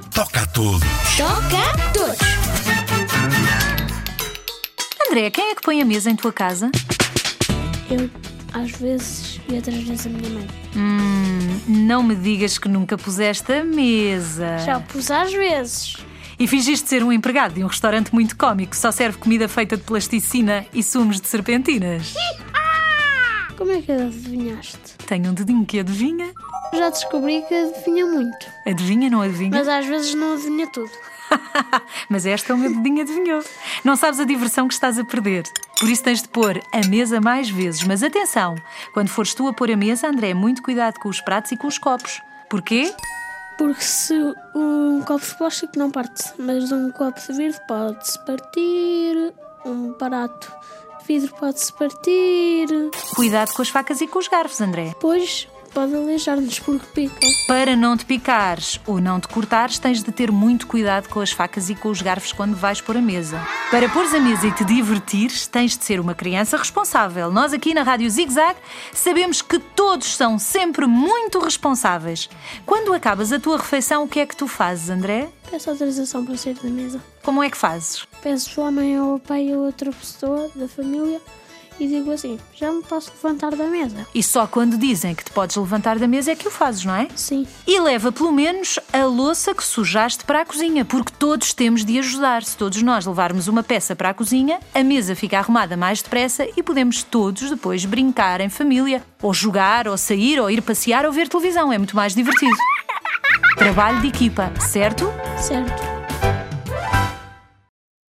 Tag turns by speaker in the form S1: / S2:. S1: tudo.
S2: Toca a todos.
S3: André, quem é que põe a mesa em tua casa?
S4: Eu, às vezes, e outras vezes a minha mãe.
S3: Hum, não me digas que nunca puseste a mesa.
S4: Ah. Já pus às vezes.
S3: E fingiste ser um empregado de um restaurante muito cómico que só serve comida feita de plasticina e sumos de serpentinas.
S4: Como é que adivinhaste?
S3: Tenho um dedinho que adivinha.
S4: Já descobri que adivinha muito,
S3: Adivinha, não adivinha?
S4: mas às vezes não adivinha tudo.
S3: Mas esta é o meu dedinho adivinhou. Não sabes a diversão que estás a perder. Por isso tens de pôr a mesa mais vezes. Mas atenção, quando fores tu a pôr a mesa, André, muito cuidado com os pratos e com os copos. Porquê?
S4: Porque se um copo de plástico não parte, mas um copo de vidro pode-se partir, um barato de vidro pode-se partir,
S3: Cuidado com as facas e com os garfos, André.
S4: depois pode aleijar-nos porque picam.
S3: Para não te picares ou não te cortares, tens de ter muito cuidado com as facas e com os garfos quando vais pôr a mesa. Para pôres a mesa e te divertires, tens de ser uma criança responsável. Nós aqui na Rádio Zig Zag sabemos que todos são sempre muito responsáveis. Quando acabas a tua refeição, o que é que tu fazes, André?
S4: Peço autorização para sair da mesa.
S3: Como é que fazes?
S4: Peço à mãe ou ao pai ou a outra pessoa da família e digo assim: já me posso levantar da mesa?
S3: E só quando dizem que te podes levantar da mesa é que o fazes, não é?
S4: Sim.
S3: E leva pelo menos a louça que sujaste para a cozinha, porque todos temos de ajudar. Se todos nós levarmos uma peça para a cozinha, a mesa fica arrumada mais depressa e podemos todos depois brincar em família, ou jogar, ou sair, ou ir passear, ou ver televisão. É muito mais divertido. Trabalho de equipa, certo?
S4: Certo.